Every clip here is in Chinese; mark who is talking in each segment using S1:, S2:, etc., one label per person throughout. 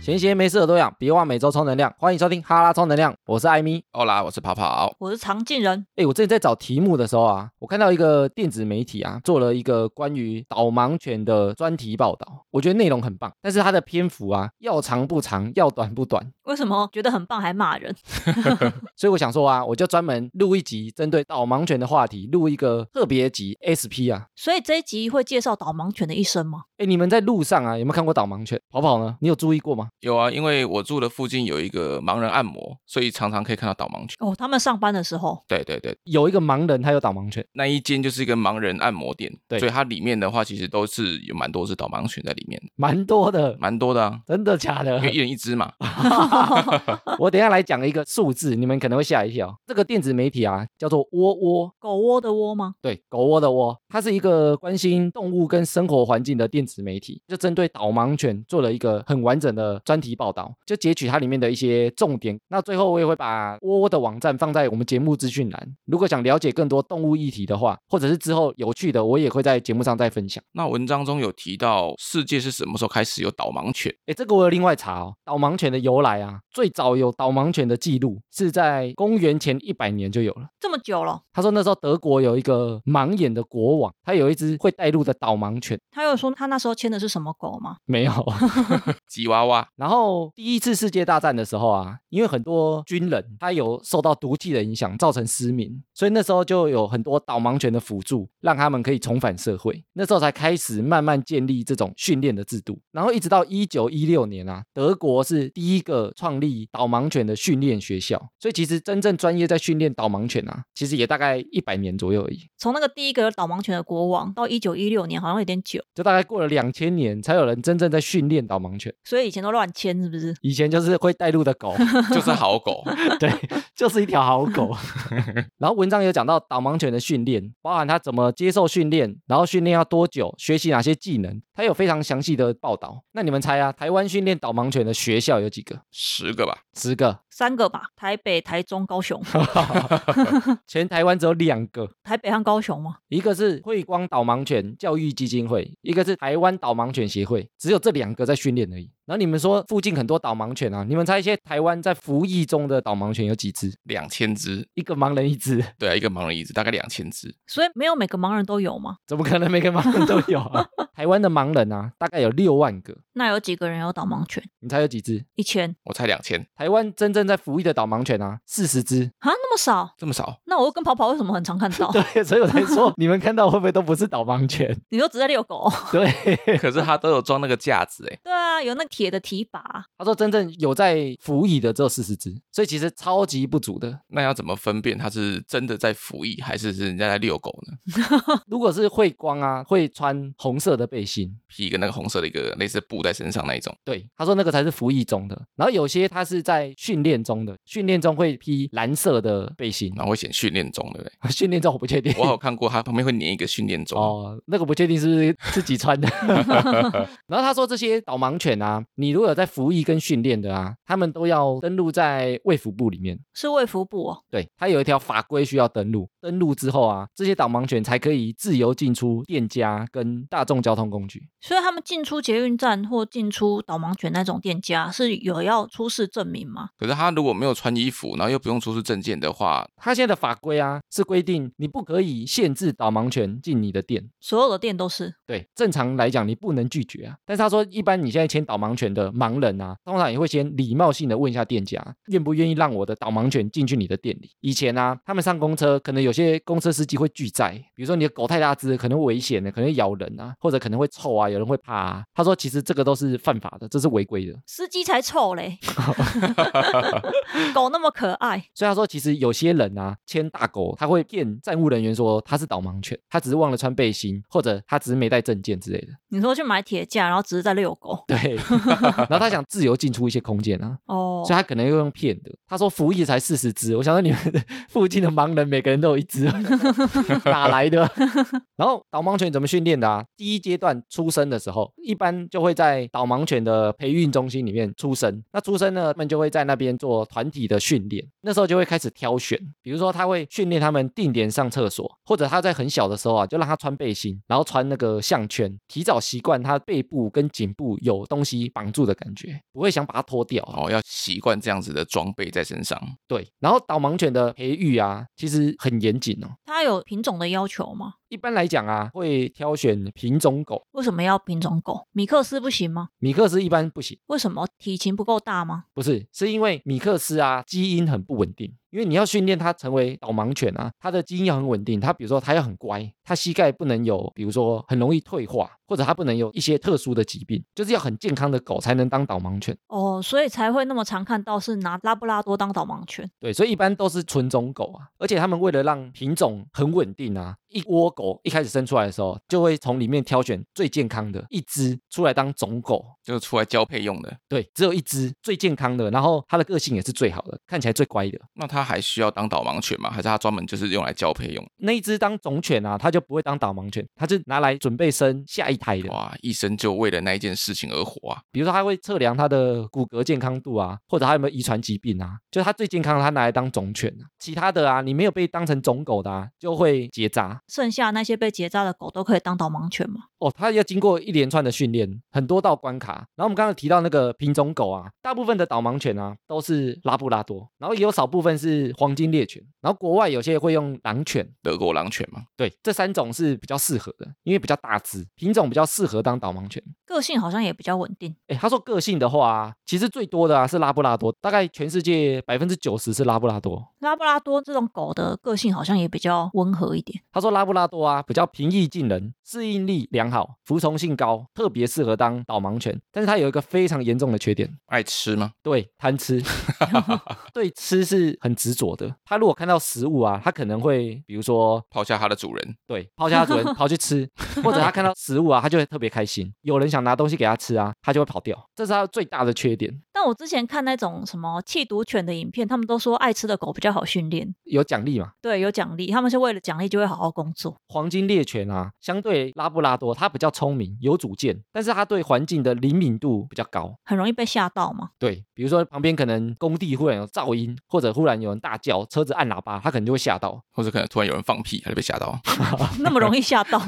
S1: 闲闲没事的多养，别忘每周充能量。欢迎收听哈拉充能量，我是艾米。
S2: 欧啦，我是跑跑。
S3: 我是常进人，
S1: 哎，我之前在找题目的时候啊，我看到一个电子媒体啊做了一个关于导盲犬的专题报道，我觉得内容很棒，但是它的篇幅啊要长不长，要短不短，
S3: 为什么觉得很棒还骂人？
S1: 所以我想说啊，我就专门录一集针对导盲犬的话题，录一个特别集 SP 啊。
S3: 所以这一集会介绍导盲犬的一生吗？
S1: 哎，你们在路上啊有没有看过导盲犬？跑跑呢？你有注意过吗？
S2: 有啊，因为我住的附近有一个盲人按摩，所以常常可以看到导盲犬。
S3: 哦，他们上班的时候，
S2: 对对对，
S1: 有一个盲人，他有导盲犬。
S2: 那一间就是一个盲人按摩店，
S1: 对
S2: 所以它里面的话其实都是有蛮多只导盲犬在里面的，
S1: 蛮多的，
S2: 蛮多的 啊，
S1: 真的假的
S2: 因？为一人一只嘛。
S1: 我等一下来讲一个数字，你们可能会吓一跳。这个电子媒体啊，叫做窝窝，
S3: 狗窝的窝吗？
S1: 对，狗窝的窝，它是一个关心动物跟生活环境的电子媒体，就针对导盲犬做了一个很完整的专题报道，就截取它里面的一些重点。那最后我也会把窝窝的网站放在我们节目资讯栏，如果想了解更多动物议题的话，或者是之后有趣的，我也会在节目上再分享。
S2: 那文章中有提到世界是什么时候开始有导盲犬？
S1: 哎，这个我有另外查哦。导盲犬的由来啊，最早有导盲犬的记录是在公元前一百年就有了。
S3: 这么久了，
S1: 他说那时候德国有一个盲眼的国王，他有一只会带路的导盲犬，
S3: 他有说他那时候牵的是什么狗吗？
S1: 没有。
S2: 吉娃娃。
S1: 然后第一次世界大战的时候啊，因为很多军人他有受到毒气的影响，造成失明，所以那时候就有很多导盲犬的辅助，让他们可以重返社会。那时候才开始慢慢建立这种训练的制度。然后一直到一九一六年啊，德国是第一个创立导盲犬的训练学校，所以其实真正专业在训练导盲犬啊，其实也大概一百年左右而已。
S3: 从那个第一个导盲犬的国王到一九一六年，好像有点久，
S1: 就大概过了两千年，才有人真正在训练导盲犬。
S3: 所以以前都乱牵，是不是？
S1: 以前就是会带路的狗，
S2: 就是好狗，
S1: 对，就是一条好狗。然后文章有讲到导盲犬的训练，包含它怎么接受训练，然后训练要多久，学习哪些技能，它有非常详细的报道。那你们猜啊，台湾训练导盲犬的学校有几个？
S2: 十个吧。
S1: 十个，
S3: 三个吧，台北、台中、高雄，
S1: 全台湾只有两个。
S3: 台北和高雄吗？
S1: 一个是慧光导盲犬教育基金会，一个是台湾导盲犬协会，只有这两个在训练而已。然后你们说附近很多导盲犬啊，你们猜一些台湾在服役中的导盲犬有几只？
S2: 两千只，
S1: 一个盲人一只，
S2: 对啊，一个盲人一只，大概两千只。
S3: 所以没有每个盲人都有吗？
S1: 怎么可能每个盲人都有啊？台湾的盲人啊，大概有六万个，
S3: 那有几个人有导盲犬？
S1: 你猜有几只？
S3: 一千
S2: 我猜两千，
S1: 台湾真正在服役的导盲犬啊，四十只。
S3: 啊，那么少？
S2: 这么少？
S3: 那我跟跑跑为什么很常看到？
S1: 对，所以我才说你们看到会不会都不是导盲犬？
S3: 你说只在遛狗？
S1: 对，
S2: 可是它都有装那个架子哎。
S3: 对啊，有那铁的提把，
S1: 他说真正有在服役的只有四十只，所以其实超级不足的。
S2: 那要怎么分辨它是真的在服役，还是是人家在遛狗呢？
S1: 如果是慧光啊，会穿红色的背心。
S2: 披一个那个红色的一个类似布在身上那一种，
S1: 对，他说那个才是服役中的，然后有些他是在训练中的，训练中会披蓝色的背心，
S2: 然后会显训练中， 对不对？
S1: 训练中我不确定。
S2: 哦我有看过它旁边会粘一个训练中，
S1: 哦，那个不确定是不是自己穿的。 然后他说这些导盲犬啊，你如果有在服役跟训练的啊，他们都要登录在卫福部里面。
S3: 是卫福部哦。
S1: 对，它有一条法规需要登录，登录之后啊，这些导盲犬才可以自由进出店家跟大众交通工具。
S3: 所以他们进出捷运站或进出导盲犬那种店家是有要出示证明吗？
S2: 可是它如果没有穿衣服，然后又不用出示证件的话，
S1: 它现在的法规啊，是规定你不可以限制导盲犬进你的店。
S3: 所有的店都是
S1: 对，正常来讲你不能拒绝啊。但是他说，一般你现在签导盲犬的盲人啊，通常也会先礼貌性的问一下店家，愿不愿意让我的导盲犬进去你的店里。以前啊，他们上公车，可能有些公车司机会拒载，比如说你的狗太大只，可能危险的，可能会咬人啊，或者可能会臭啊，有人会怕啊。他说，其实这个都是犯法的，这是违规的。
S3: 司机才臭嘞，狗那么可爱，
S1: 所以他说，其实有些人啊，牵大狗，他会骗站务人员说他是导盲犬，他只是忘了穿背心，或者他只是没带证件之类的。
S3: 你说去买铁架，然后只是在遛狗
S1: 对， 然后他想自由进出一些空间啊，
S3: 哦
S1: 所以，他可能又用骗的。他说服役才四十只，我想说你们附近的盲人每个人都有一只，哪 来的？然后导盲犬怎么训练的啊？第一阶段出生的时候，一般就会在在导盲犬的培育中心里面出生。那出生呢，他们就会在那边做团体的训练，那时候就会开始挑选，比如说他会训练他们定点上厕所，或者他在很小的时候啊，就让他穿背心，然后穿那个项圈，提早习惯他背部跟颈部有东西绑住的感觉，不会想把它脱掉啊。
S2: 哦，要习惯这样子的装备在身上。
S1: 对，然后导盲犬的培育啊，其实很严谨哦。
S3: 它有品种的要求吗？
S1: 一般来讲啊，会挑选品种狗，
S3: 为什么要品种狗？米克斯不行吗？
S1: 米克斯一般不行。
S3: 为什么体型不够大吗？
S1: 不是，是因为米克斯啊，基因很不稳定。因为你要训练它成为导盲犬啊，它的基因要很稳定。它比如说它要很乖，它膝盖不能有，比如说很容易退化，或者它不能有一些特殊的疾病，就是要很健康的狗才能当导盲犬。
S3: 哦，所以才会那么常看到是拿拉布拉多当导盲犬。
S1: 对，所以一般都是纯种狗啊，而且他们为了让品种很稳定啊，一窝狗一开始生出来的时候，就会从里面挑选最健康的一只出来当种狗，
S2: 就是出来交配用的，
S1: 对，只有一只最健康的，然后它的个性也是最好的，看起来最乖的。
S2: 那它还需要当导盲犬吗？还是它专门就是用来交配用？
S1: 那一只当种犬啊，它就不会当导盲犬，它是拿来准备生下一胎的。
S2: 哇，一生就为了那一件事情而活啊！
S1: 比如说，它会测量它的骨骼健康度啊，或者它有没有遗传疾病啊，就是它最健康的，它拿来当种犬啊。其他的啊，你没有被当成种狗的啊，就会结扎。
S3: 剩下那些被结扎的狗都可以当导盲犬吗？
S1: 哦，它要经过一连串的训练，很多道关卡。然后我们刚刚提到那个品种狗啊，大部分的导盲犬啊都是拉布拉多，然后也有少部分是黄金猎犬，然后国外有些会用狼犬，
S2: 德国狼犬嘛，
S1: 对，这三种是比较适合的，因为比较大只，品种比较适合当导盲犬。
S3: 个性好像也比较稳定。
S1: 哎，他说个性的话、啊，其实最多的啊是拉布拉多，大概全世界百分之九十是拉布拉多。
S3: 拉布拉多这种狗的个性好像也比较温和一点。
S1: 他说拉布拉多啊比较平易近人，适应力良好，服从性高，特别适合当导盲犬。但是它有一个非常严重的缺点，
S2: 爱吃吗？
S1: 对贪吃， 对吃是很执着的。它如果看到食物啊，它可能会比如说
S2: 抛下它的主人，
S1: 对，抛下它主人跑去吃，或者它看到食物啊，它就会特别开心。有人想拿东西给它吃啊，它就会跑掉，这是它最大的缺点。
S3: 但我之前看那种什么弃毒犬的影片，他们都说爱吃的狗比较好训练，
S1: 有奖励嘛？
S3: 对，有奖励，他们是为了奖励就会好好工作。
S1: 黄金猎犬啊，相对拉布拉多，它比较聪明，有主见，但是它对环境的灵敏度比较高。
S3: 很容易被吓 到嘛。
S1: 对，比如说旁边可能工地忽然有噪音，或者忽然有人大叫，车子按喇叭，它可能就会吓到。
S2: 或者可能突然有人放屁，它就被吓到。啊
S3: 那么容易吓到，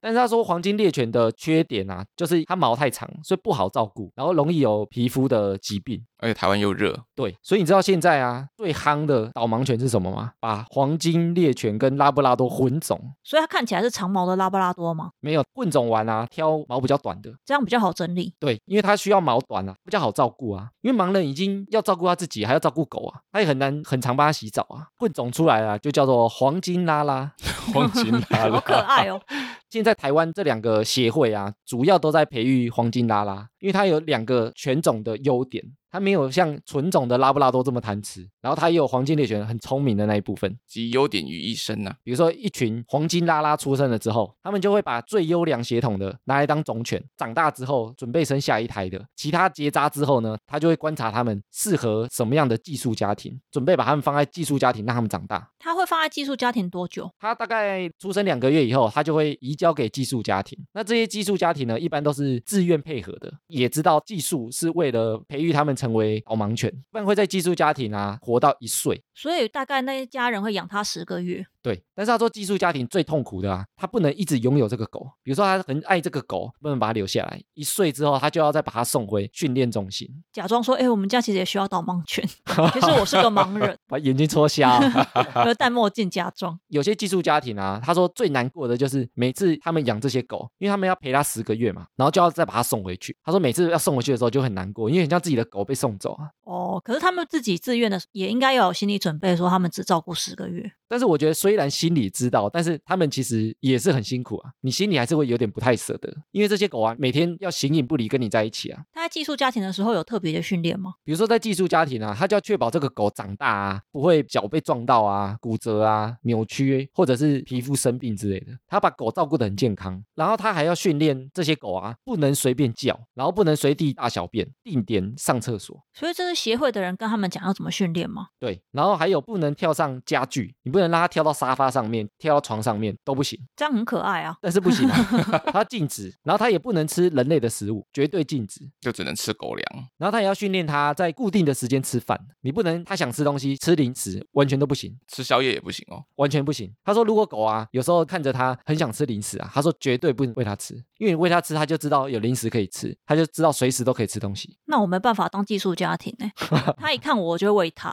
S1: 但是他说黄金猎犬的缺点啊，就是它毛太长，所以不好照顾，然后容易有皮肤的疾病。
S2: 而且台湾又热，
S1: 对，所以你知道现在啊最夯的导盲犬是什么吗？把黄金猎犬跟拉布拉多混种，
S3: 所以它看起来是长毛的拉布拉多嘛，
S1: 没有混种完啊，挑毛比较短的。
S3: 这样比较好整理。
S1: 对，因为它需要毛短啊，比较好照顾啊。因为盲人已经要照顾他自己，还要照顾狗啊，他也很难很常帮它洗澡啊。混种出来啊，就叫做黄金拉拉。
S2: 黄金 拉
S3: 好可
S2: 拉，
S3: 爱哦，
S1: 现在台湾这两个协会啊，主要都在培育黄金拉拉，因为它有两个犬种的优点，它没有像纯种的拉布拉多这么贪吃，然后它也有黄金猎犬很聪明的那一部分。
S2: 集优点于一身呐、
S1: 比如说一群黄金拉拉出生了之后，他们就会把最优良血统的拿来当种犬，长大之后准备生下一胎的，其他结扎之后呢，他就会观察他们适合什么样的寄宿家庭，准备把他们放在寄宿家庭让他们长大。
S3: 它会放在寄宿家庭多久？
S1: 他大概出生两个月以后，他就会移交给寄宿家庭。那这些寄宿家庭呢，一般都是自愿配合的，也知道寄宿是为了培育他们成为导盲犬，不然会在寄宿家庭啊活到一岁。
S3: 所以大概那一家人会养它十个月。
S1: 对，但是他说寄宿家庭最痛苦的啊，他不能一直拥有这个狗，比如说他很爱这个狗，不能把它留下来，一岁之后他就要再把它送回训练中心，
S3: 假装说，哎、我们家其实也需要导盲犬。 其实我是个盲 人，
S1: 把眼睛戳瞎、啊
S3: 我就戴墨镜假装。
S1: 有些寄宿家庭啊，他说最难过的就是每次他们养这些狗，因为他们要陪它十个月嘛，然后就要再把它送回去。他说每次要送回去的时候就很难过，因为很像自己的狗被送走啊。
S3: 哦，可是他们自己自愿的，也应该要有心理准备，说他们只照顾十个月。
S1: 但是我觉得虽然心里知道，但是他们其实也是很辛苦啊，你心里还是会有点不太舍得，因为这些狗啊每天要形影不离跟你在一起啊。
S3: 他在寄宿家庭的时候有特别的训练吗？
S1: 比如说在寄宿家庭啊，他就要确保这个狗长大啊，不会脚被撞到啊、骨折啊、扭曲，或者是皮肤生病之类的。他把狗照顾得很健康，然后他还要训练这些狗啊，不能随便叫，然后不能随地大小便，定点上厕所。
S3: 所以这是协会的人跟他们讲要怎么训练吗？
S1: 对，然后后还有不能跳上家具，你不能让他跳到沙发上面、跳到床上面都不行，
S3: 这样很可爱啊。
S1: 但是不行啊，他禁止。然后他也不能吃人类的食物，绝对禁止。
S2: 就只能吃狗粮。
S1: 然后他也要训练他在固定的时间吃饭，你不能他想吃东西吃零食，完全都不行，
S2: 吃宵夜也不行哦，
S1: 完全不行。他说如果狗啊有时候看着他很想吃零食啊，他说绝对不能喂它吃，因为你喂它吃，它就知道有零食可以吃，它就知道随时都可以吃东西。
S3: 那我没办法当寄宿家庭哎、他一看我，我就会喂他，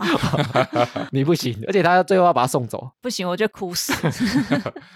S1: 你不行，而且他最后要把它送走，
S3: 不行我就哭死。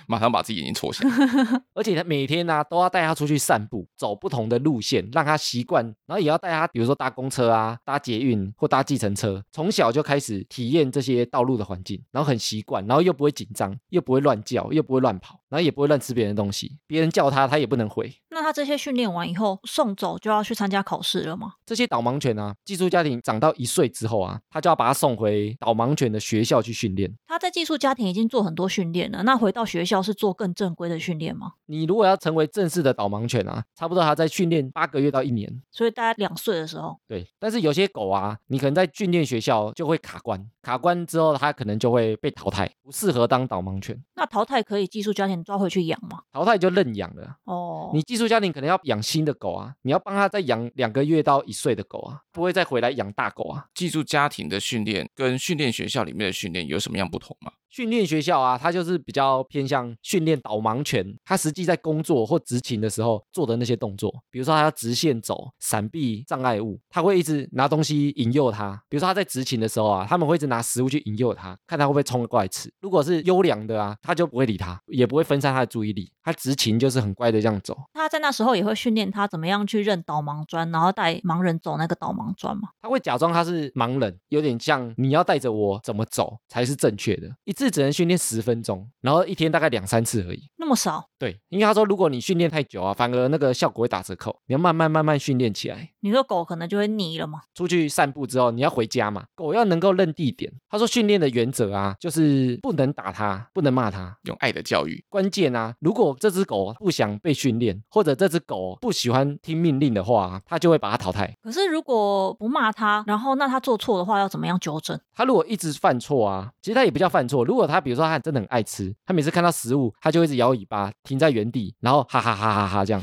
S2: 马上把自己眼睛戳瞎。
S1: 而且他每天呢、啊都要带他出去散步，走不同的路线，让他习惯，然后也要带他，比如说搭公车啊、搭捷运或搭计程车，从小就开始体验这些道路的环境，然后很习惯，然后又不会紧张，又不会乱叫，又不会乱跑，然后也不会乱吃别人的东西，别人叫他他也不能回。
S3: 那他这些训练完以后送走就要去参加考试了吗？
S1: 这些导盲犬啊，寄宿家庭长到一岁之后啊，他就要把它送回导盲犬的学校去训练。
S3: 他在寄宿家庭已经做很多训练了，那回到学校是做更正规的训练吗？
S1: 你如果要成为正式的导盲犬啊，差不多还要再训练八个月到一年。
S3: 所以大家两岁的时候，
S1: 对，但是有些狗啊，你可能在训练学校就会卡关，卡关之后它可能就会被淘汰，不适合当导盲犬，
S3: 那淘汰可以寄宿家庭抓回去养吗？
S1: 淘汰就认养了。
S3: 哦，
S1: 你寄宿家庭可能要养新的狗啊，你要帮它再养两个月到一岁的狗啊，不会再回来养大狗啊。
S2: 记住家庭的训练跟训练学校里面的训练有什么样不同吗？
S1: 训练学校啊，它就是比较偏向训练导盲犬，它实际在工作或执勤的时候做的那些动作，比如说它要直线走、闪避障碍物，它会一直拿东西引诱它。比如说它在执勤的时候啊，他们会一直拿食物去引诱它，看它会不会冲过来吃。如果是优良的啊，它就不会理它，也不会分散它的注意力。它执勤就是很乖的这样走，
S3: 他在那时候也会训练他怎么样去认导盲砖，然后带盲人走那个导盲砖嘛。
S1: 它会假装它是盲人，有点像你要带着我怎么走才是正确的。一次只能训练十分钟，然后一天大概两三次而已。
S3: 那么少，
S1: 对，因为他说如果你训练太久啊，反而那个效果会打折扣。你要慢慢慢慢训练起来。
S3: 你说狗可能就会腻了嘛？
S1: 出去散步之后，你要回家嘛，狗要能够认地点。他说训练的原则啊，就是不能打它，不能骂它。
S2: 用爱的教育，
S1: 关键啊，如果这只狗不想被训练，或者这只狗不喜欢听命令的话啊，它就会把它淘汰。
S3: 可是如果不骂他，然后那他做错的话要怎么样纠正？
S1: 它如果一直犯错啊，其实它也不叫犯错。如果它比如说它真的很爱吃，它每次看到食物，它就会一直摇尾巴，停在原地，然后哈哈哈哈哈这样，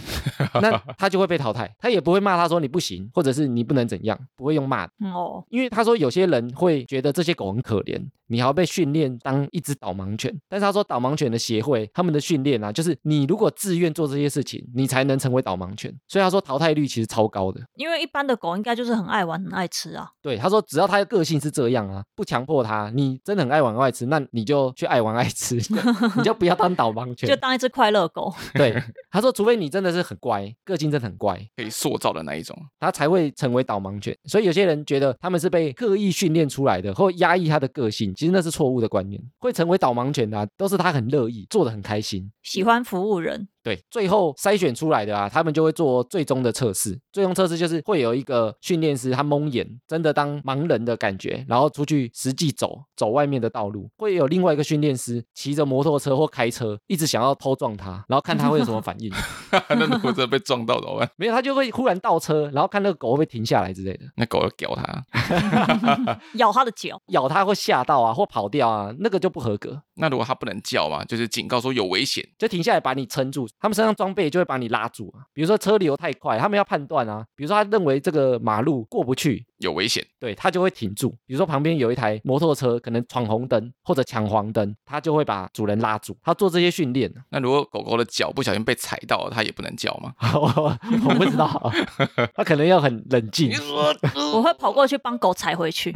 S1: 那它就会被淘汰。它也不会骂它说你不行，或者是你不能怎样，不会用骂的。
S3: 嗯哦，
S1: 因为他说有些人会觉得这些狗很可怜，你还要被训练当一只导盲犬。但是他说导盲犬的协会他们的训练啊，就是你如果自愿做这些事情，你才能成为导盲犬。所以他说淘汰率其实超高的。
S3: 因为一般的狗应该就是很爱玩、很爱吃啊。
S1: 对，他说只要他的个性是这样啊，不强迫他，你真的很爱玩爱吃，那你就去爱玩爱吃， 你就不要当导盲
S3: 就
S1: 犬。
S3: 当一只快乐狗，
S1: 对，他说除非你真的是很乖，个性真的很乖，
S2: 可以塑造的那一种，
S1: 他才会成为导盲犬。所以有些人觉得他们是被刻意训练出来的，或压抑他的个性，其实那是错误的观念。会成为导盲犬的、啊，都是他很乐意，做的很开心。
S3: 喜欢服务人，
S1: 对，最后筛选出来的啊，他们就会做最终的测试。最终测试就是会有一个训练师，他蒙眼，真的当盲人的感觉，然后出去实际走走外面的道路。会有另外一个训练师骑着摩托车或开车，一直想要偷撞他，然后看他会有什么反应。
S2: 那如果真的被撞到怎么办？
S1: 没有，他就会忽然倒车，然后看那个狗会不会停下来之类的。
S2: 那狗要叼它。
S3: 咬他的脚，
S1: 咬它会吓到啊，或跑掉啊，那个就不合格，
S2: 那如果它不能叫嘛，就是警告说有危险，
S1: 就停下来把你撑住。他们身上装备就会把你拉住啊，比如说车流太快，他们要判断啊，比如说他认为这个马路过不去。
S2: 有危险，
S1: 对他就会停住，比如说旁边有一台摩托车，可能闯红灯或者抢黄灯，他就会把主人拉住。他做这些训练，
S2: 那如果狗狗的脚不小心被踩到，它也不能叫嘛。
S1: 我我不知道，他可能要很冷静
S2: 你。说，
S3: 我会跑过去帮狗踩回去。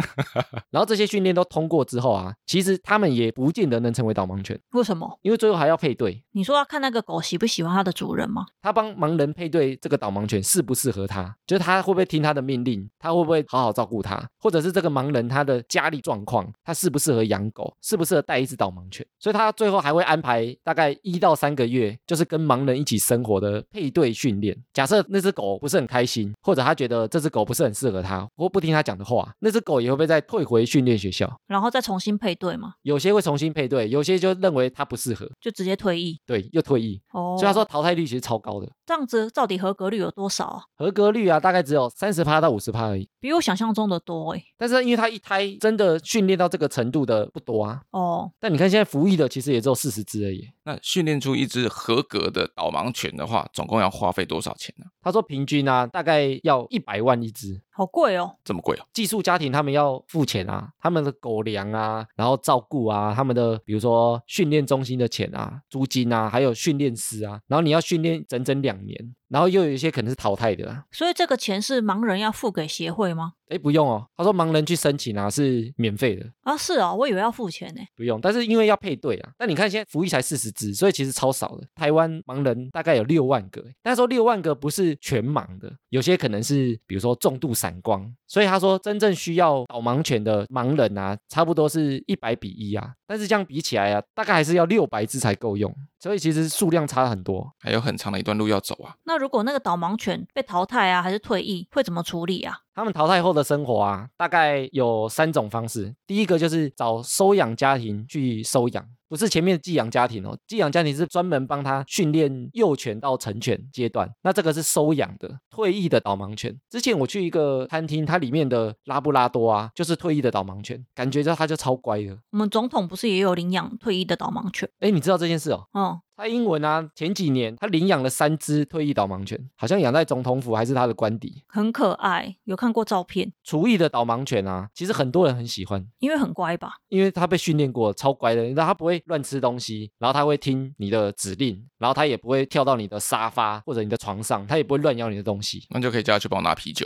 S1: 然后这些训练都通过之后啊，其实他们也不见得能成为导盲犬，
S3: 为什么？
S1: 因为最后还要配对，
S3: 你说要看那个狗喜不喜欢它的主人吗？
S1: 他帮盲人配对这个导盲犬适不适合他，就是他会不会听他的命令，他会不会好好照顾他，或者是这个盲人他的家里状况，他适不适合养狗，适不适合带一只导盲犬，所以他最后还会安排大概一到三个月，就是跟盲人一起生活的配对训练。假设那只狗不是很开心，或者他觉得这只狗不是很适合他，或不听他讲的话，那只狗也会被再退回训练学校。
S3: 然后再重新配对吗？
S1: 有些会重新配对，有些就认为它不适合，
S3: 就直接退役？
S1: 对，又退役。
S3: 哦，
S1: 所以他说淘汰率其实超高的。
S3: 这样子到底合格率有多少啊？
S1: 合格率啊，大概只有三十趴到五十趴而已。
S3: 比我想象中的多哎、
S1: 但是因为他一胎真的训练到这个程度的不多啊。
S3: 哦，
S1: 但你看现在服役的其实也只有四十只而已。
S2: 那训练出一只合格的导盲犬的话，总共要花费多少钱呢、
S1: 他说平均啊，大概要一百万一只。
S3: 好贵哦，
S2: 这么贵哦？
S1: 寄宿家庭他们要付钱啊，他们的狗粮啊，然后照顾啊，他们的比如说训练中心的钱啊、租金啊，还有训练师啊，然后你要训练整整两年，然后又有一些可能是淘汰的、啊。
S3: 所以这个钱是盲人要付给协会吗？
S1: 哎，不用哦，他说盲人去申请啊是免费的，
S3: 啊，是啊，我以为要付钱呢、
S1: 不用。但是因为要配对啊，但你看现在服役才四十只，所以其实超少的。台湾盲人大概有六万个，欸那时候六万个不是全盲的，有些可能是比如说重度散光。所以他说，真正需要导盲犬的盲人啊，差不多是一百比一啊。但是这样比起来啊，大概还是要六百只才够用，所以其实数量差很多。
S2: 还有很长的一段路要走啊。，
S3: 那如果那个导盲犬被淘汰啊，还是退役，会怎么处理啊？
S1: 他们淘汰后的生活啊，大概有三种方式。第一个就是找收养家庭去收养，不是前面的寄养家庭哦，寄养家庭是专门帮他训练幼犬到成犬阶段，那这个是收养的退役的导盲犬。之前我去一个餐厅，它里面的拉布拉多啊，就是退役的导盲犬，感觉到它就超乖的。
S3: 我们总统不是也有领养退役的导盲犬？
S1: 哎，你知道这件事哦？
S3: 哦、
S1: 蔡英文啊，前几年他领养了三只退役导盲犬，好像养在总统府还是他的官邸。
S3: 很可爱，有看过照片，
S1: 厨艺的导盲犬啊，其实很多人很喜欢，
S3: 因为很乖吧？
S1: 因为它被训练过，超乖的，你知道它不会乱吃东西，然后它会听你的指令，然后它也不会跳到你的沙发或者你的床上，它也不会乱咬你的东西
S2: 那就可以叫他去帮我拿啤酒，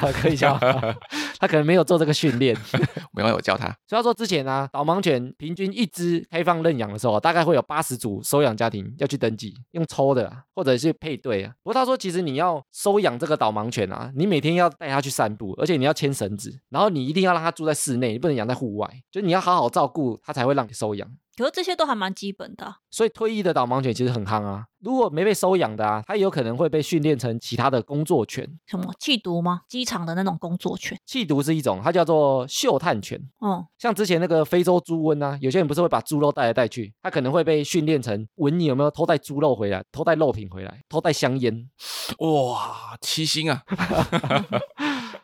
S2: 哎
S1: 可以 讲， 它可能没有做这个训练。
S2: 没有我教他。
S1: 所以他说之前啊，导盲犬平均一只开放认养的时候啊，大概会有八十组收养家庭要去登记，用抽的、啊、或者是配对啊。不过他说，其实你要收养这个导盲犬啊，你每天要带它去散步，而且你要牵绳子，然后你一定要让它住在室内，你不能养在户外，就你要好好照顾它才会让你收养。
S3: 可是这些都还蛮基本的啊、
S1: 所以退役的导盲犬其实很夯啊。如果没被收养的啊，它也有可能会被训练成其他的工作犬。
S3: 什么弃毒吗？机场的那种工作犬，
S1: 弃毒是一种，它叫做嗅探犬。
S3: 哦、
S1: 像之前那个非洲猪瘟啊，有些人不是会把猪肉带来带去，他可能会被训练成闻你有没有偷带猪肉回来，偷带肉品回来，偷带香烟。
S2: 哇，七星啊！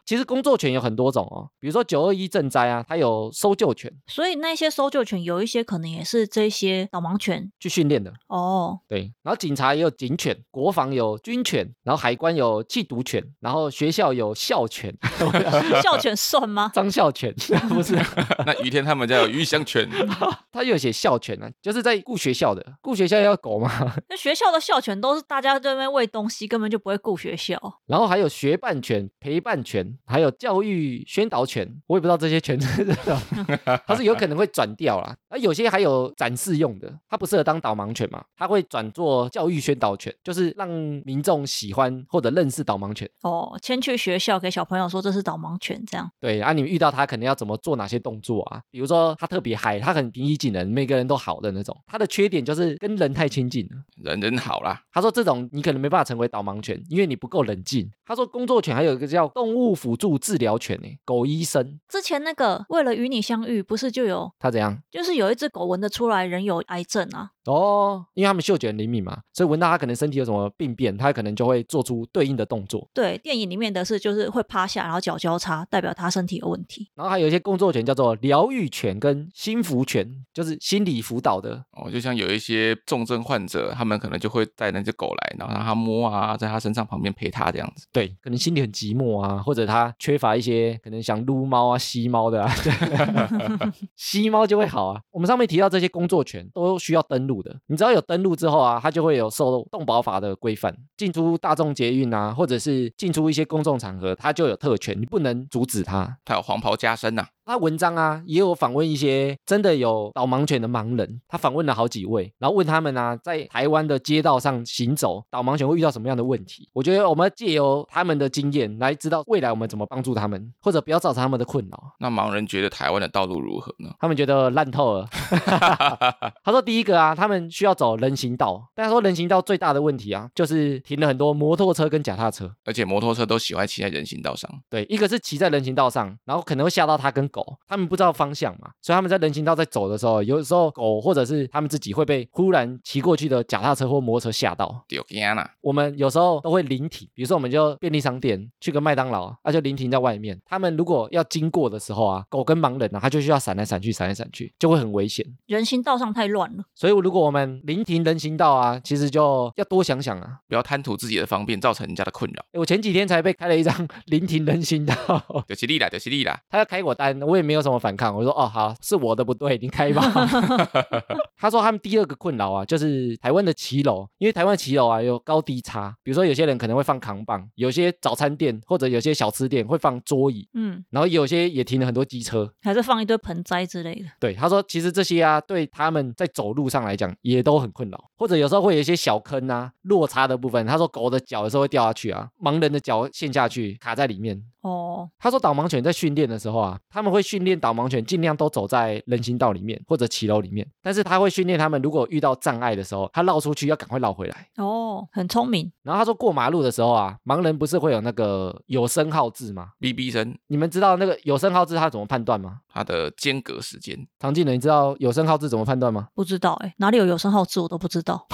S1: 其实工作犬有很多种哦，比如说九二一赈灾啊，它有搜救犬
S3: 所以那些搜救犬有一些可能也是这些导盲犬
S1: 去训练的，
S3: 哦，
S1: 对。然后警察也有警犬，国防有军犬，然后海关有缉毒犬，然后学校有校犬，
S3: 校犬算吗？
S1: 张校犬 不是，啊
S2: 那于天他们家有鱼香犬，
S1: 他有写校犬啊，就是在雇学校的，雇学校要狗嘛，
S3: 那学校的校犬都是大家在那边喂东西，根本就不会顾学校。
S1: 然后还有学伴犬、陪伴犬，还有教育宣导犬，我也不知道这些犬 是什么，它是有可能会转掉啦。而有些还有展示用的，它不适合当导盲犬嘛，它会转做教育宣导犬，就是让民众喜欢或者认识导盲犬。
S3: 哦，先去学校给小朋友说这是导盲犬，这样
S1: 对，啊，你遇到它可能要怎么做哪些动作啊？比如说它特别嗨，它很平易近人，每个人都好的那种。它的缺点就是跟人太亲近了。
S2: 人人好啦。
S1: 他说这种你可能没办法成为导盲犬，因为你不够冷静。他说工作犬还有一个叫动物辅助治疗犬呢，狗医生
S3: 之前那个为了与你相遇，不是就有
S1: 他怎样？
S3: 就是有一只狗闻得出来人有癌症啊？
S1: 哦，因为他们嗅觉很灵敏嘛，所以闻到他可能身体有什么病变，他可能就会做出对应的动作。
S3: 对，电影里面的是就是会趴下，然后脚交叉，代表他身体有问题。
S1: 然后还有一些工作犬叫做疗愈犬跟心辅犬，就是心理辅导的。
S2: 哦，就像有一些重症患者，他们可能就会带那只狗来，然后让它摸啊，在它身上旁边陪它这样子。
S1: 对，可能心里很寂寞啊，或者他缺乏一些可能想撸猫啊、吸猫的啊， 吸猫就会好啊。我们上面提到这些工作犬都需要登录的，你只要有登录之后啊，它就会有受动保法的规范，进出大众捷运啊，或者是进出一些公众场合，它就有特权，你不能阻止它。
S2: 它有黄袍加身呐、
S1: 他文章啊，也有访问一些真的有导盲犬的盲人，他访问了好几位，然后问他们啊，在台湾的街道上行走，导盲犬会遇到什么样的问题？我觉得我们借由他们的经验来知道未来我们怎么帮助他们，或者不要造成他们的困扰。
S2: 那盲人觉得台湾的道路如何呢？
S1: 他们觉得烂透了。他说第一个啊，他们需要走人行道，但他说人行道最大的问题啊，就是停了很多摩托车跟脚踏车。
S2: 而且摩托车都喜欢骑在人行道上，
S1: 对，一个是骑在人行道上，然后可能会吓到他跟狗。狗，他们不知道方向嘛，所以他们在人行道在走的时候，有时候狗或者是他们自己会被忽然骑过去的脚踏车或摩托车吓到。
S2: 丢干啦，
S1: 我们有时候都会临停，比如说我们就便利商店去个麦当劳，那、就临停在外面。他们如果要经过的时候啊，狗跟盲人啊，它就需要闪来闪去，闪来闪去，就会很危险。
S3: 人行道上太乱了，
S1: 所以如果我们临停人行道啊，其实就要多想想啊。
S2: 不要贪图自己的方便，造成人家的困扰。
S1: 诶我前几天才被开了一张 临停人行道，
S2: 丢犀利啦，丢犀利啦，
S1: 他要开我单，我也没有什么反抗，我说哦好，是我的不对，你开吧。 他说他们第二个困扰啊，就是台湾的骑楼，因为台湾骑楼啊有高低差，比如说有些人可能会放扛棒，有些早餐店或者有些小吃店会放桌椅，
S3: 嗯，
S1: 然后有些也停了很多机车。
S3: 还是放一堆盆栽之类的，
S1: 对，他说其实这些啊，对他们在走路上来讲也都很困扰，或者有时候会有一些小坑啊、落差的部分。他说狗的脚有时候会掉下去啊，盲人的脚陷下去卡在里面。
S3: 哦，
S1: 他说导盲犬在训练的时候啊，他们会训练导盲犬尽量都走在人行道里面或者骑楼里面，但是他会训练他们如果遇到障碍的时候，他绕出去要赶快绕回来。
S3: 哦，很聪明，
S1: 然后他说过马路的时候啊，盲人不是会有那个有声号字吗？
S2: 哔哔声，
S1: 你们知道那个有声号字他怎么判断吗？
S2: 它的间隔时间，
S1: 唐静人，你知道有声号字怎么判断吗？
S3: 不知道哎、哪里有有声号字我都不知道，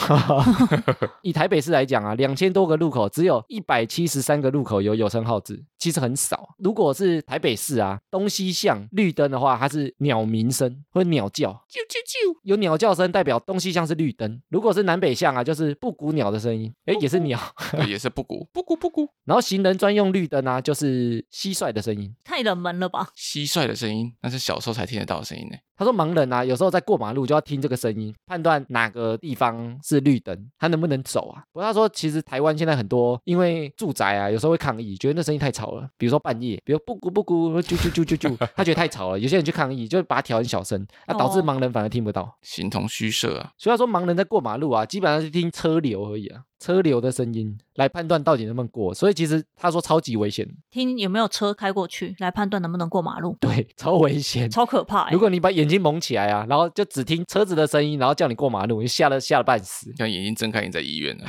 S1: 以台北市来讲啊，两千多个路口，只有一百七十三个路口有有声号字，其实很少。啊如果是台北市啊，东西向绿灯的话，它是鸟鸣声或鸟叫，
S2: 啾啾啾，
S1: 有鸟叫声代表东西向是绿灯；如果是南北向啊，就是布谷鸟的声音，诶，也是鸟。
S2: 对也是不鼓，不鼓不鼓，
S1: 然后行人专用绿灯啊，就是蟋蟀的声音。
S3: 太冷门了吧？
S2: 蟋蟀的声音，那是小时候才听得到的声音呢。
S1: 他说盲人啊，有时候在过马路就要听这个声音，判断哪个地方是绿灯，他能不能走啊？不过他说，其实台湾现在很多因为住宅啊，有时候会抗议，觉得那声音太吵了，比如说半夜，比如布谷布谷啾啾啾啾啾，他觉得太吵了，有些人去抗议，就把它调很小声，啊，导致
S3: 哦
S1: 盲人反而听不到。
S2: 形同虚设啊，
S1: 所以他说盲人在过马路啊，基本上是听车流而已啊，车流的声音来判断到底能不能过。所以其实他说超级危险，
S3: 听有没有车开过去来判断能不能过马路，
S1: 对，超危险。
S3: 超可怕、欸。
S1: 如果你把眼睛蒙起来啊，然后就只听车子的声音，然后叫你过马路，你吓得吓得半 死。
S2: 像眼睛睁开，你在医院呢。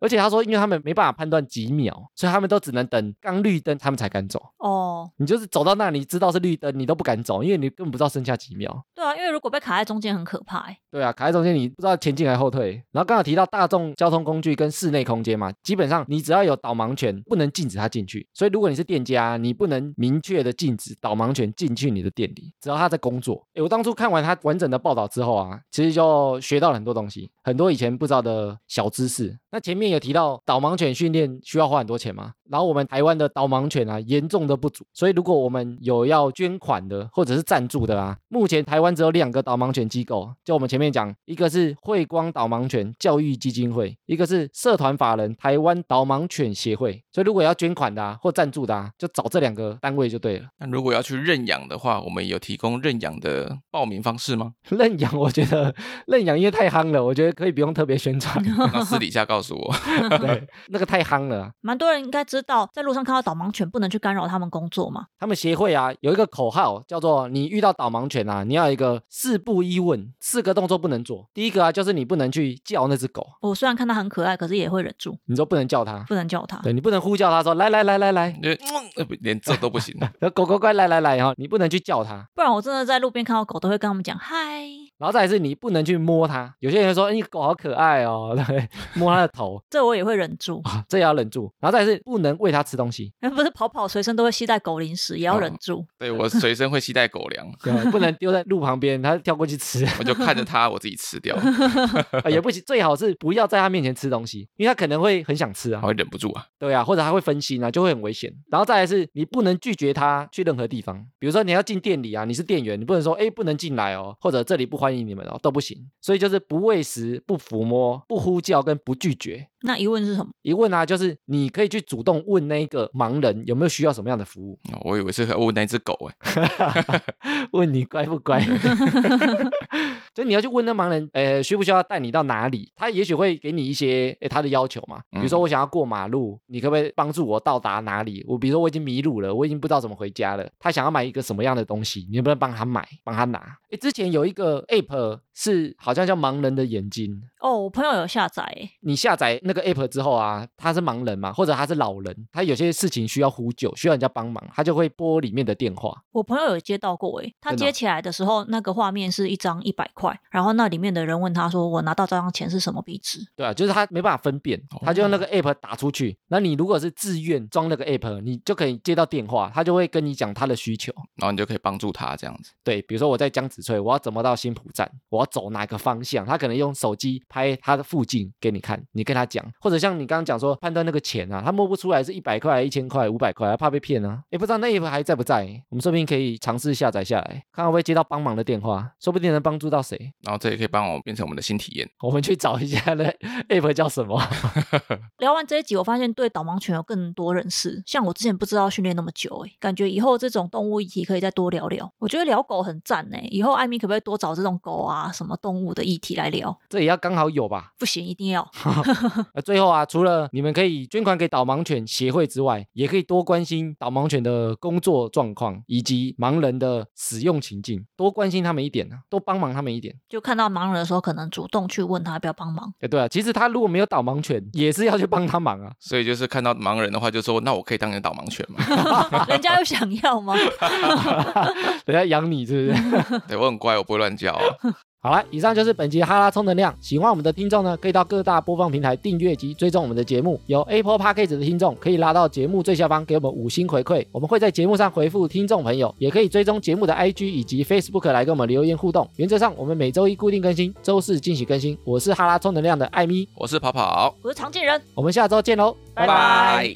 S1: 而且他说，因为他们没办法判断几秒，所以他们都只能等刚绿灯，他们才敢走。
S3: 哦，
S1: 你就是走到那里知道是绿灯，你都不敢走，因为你根本不知道剩下几秒。
S3: 对啊，因为如果被卡在中间很可怕、欸，
S1: 对啊，卡在中间，你不知道前进还后退。然后刚好提到大众交通工具跟室内空间嘛，基本上你只要有导盲犬，不能禁止它进去。所以如果你是店家，你不能明确的禁止导盲犬进去你的店里，只要它在工作。诶，我当初看完它完整的报道之后啊，其实就学到了很多东西，很多以前不知道的小知识。那前面有提到导盲犬训练需要花很多钱吗？然后我们台湾的导盲犬啊，严重的不足，所以如果我们有要捐款的或者是赞助的啊，目前台湾只有两个导盲犬机构，啊就我们前面讲，一个是慧光导盲犬教育基金会，一个是社团法人台湾导盲犬协会。所以如果要捐款的啊或赞助的啊，就找这两个单位就对了。
S2: 那如果要去认养的话，我们有提供认养的报名方式吗？
S1: 认养，我觉得认养因为太夯了，我觉得可以不用特别宣传，
S2: 那私底下告诉我。
S1: 对，那个太夯了啊、
S3: 蛮多人应该知道，在路上看到导盲犬不能去干扰他们工作嘛。
S1: 他们协会啊有一个口号叫做“你遇到导盲犬啊，你要有一个四不一问，四个动作不能做。第一个啊就是你不能去叫那只狗，
S3: 我虽然看它很可爱，可是也会忍住，
S1: 你说不能叫它，
S3: 不能叫它。
S1: 对你不能呼叫它说来来来来来，
S3: 嗯
S2: 因为呃不连这都不行，
S1: 然后狗狗乖来来来哈、你不能去叫它。
S3: 不然我真的在路边看到狗，都会跟他们讲嗨。
S1: 然后再来是你不能去摸它，有些人说哎你狗好可爱哦， 对，摸它的头
S3: 这我也会忍 住，
S1: 啊，这也要忍住。然后再来是不能喂它吃东西，
S3: 哎不是跑跑随身都会携带狗零食，也要
S1: 哦
S3: 忍住。
S2: 对我随身会携带狗粮，
S1: 对不能丢在路旁边，它跳过去吃。
S2: 我就看着它，我自己吃掉，
S1: 啊， 也不行，最好是不要在它面前吃东西，因为它可能会很想吃啊
S2: 它。会忍不住啊。
S1: 对啊，或者他会分心啊，就会很危险。然后再来是，你不能拒绝他去任何地方，比如说你要进店里啊，你是店员，你不能说哎不能进来哦，或者这里不欢迎你们哦，都不行。所以就是不喂食、不抚摸、不呼叫跟不拒绝。
S3: 那疑问是什么？
S1: 一问啊，就是你可以去主动问那个盲人有没有需要什么样的服务，
S2: 哦我以为是我那只狗哎，
S1: 问你乖不乖。 所以你要去问那盲人，呃，需不需要带你到哪里？他也许会给你一些诶他的要求嘛，比如说我想要过马路，你可不可以帮助我到达哪里？我比如说我已经迷路了，我已经不知道怎么回家了。他想要买一个什么样的东西，你能不能帮他买，帮他拿？诶，之前有一个 app 是好像叫盲人的眼睛，
S3: 哦，我朋友有下载欸，
S1: 你下载那个 app 之后啊，他是盲人嘛，或者他是老人，他有些事情需要呼救，需要人家帮忙，他就会拨里面的电话。
S3: 我朋友有接到过诶，他
S1: 真的
S3: 接
S1: 哦
S3: 起来的时候，那个画面是一张一百块，然后那里面的人问他说：“我拿到这张钱是什么币值
S1: 对啊，就是他没办法分辨，他就用那个 app 打出去。那你如果是自愿装那个 app，你就可以接到电话，他就会跟你讲他的需求。
S2: 然后你就可以帮助他这样子。
S1: 对，比如说我在江子翠，我要怎么到新浦站，我要走哪个方向，他可能用手机拍他的附近给你看，你跟他讲，或者像你刚刚讲说判断那个钱啊，他摸不出来是一百块、一千块、五百块，他怕被骗啊。也不知道那 app 还在不在，我们说不定可以尝试下载下来，看会不会接到帮忙的电话，说不定能帮助到谁。
S2: 然后这也可以帮我变成我们的新体验。
S1: 我们去找一下那 app 叫什么。？”
S3: 聊完这一集，我发现对导盲犬有更多认识。像我之前不知道训练那么久诶，感觉以后这种动物议题可以再多聊聊。我觉得聊狗很赞诶，以后艾米可不可以多找这种狗啊、什么动物的议题来聊？
S1: 这也要刚好有吧。
S3: 不行，一定要。
S1: 呃，最后啊，除了你们可以捐款给导盲犬协会之外，也可以多关心导盲犬的工作状况以及盲人的使用情境，多关心他们一点啊，多帮忙他们一点。
S3: 就看到盲人的时候，可能主动去问他要不要帮忙。
S1: 哎，对啊，其实他如果没有导盲犬，也是要去帮他忙啊。
S2: 所以就是看到盲人的话，就说那我可以当你的导盲犬吗？
S3: 人家有想要吗？
S1: 人家养你是不是？
S2: 对我很乖，我不会乱叫、哦。
S1: 好啦，以上就是本集哈拉充能量。喜欢我们的听众呢，可以到各大播放平台订阅及追踪我们的节目。有 Apple p a c k a g e 的听众可以拉到节目最下方给我们五星回馈，我们会在节目上回复听众朋友。也可以追踪节目的 IG 以及 Facebook 来跟我们留言互动。原则上，我们每周一固定更新，周四惊喜更新。我是哈拉充能量的艾米，
S2: 我是跑跑，
S3: 我是常见人，
S1: 我们下周见喽，
S3: 拜拜。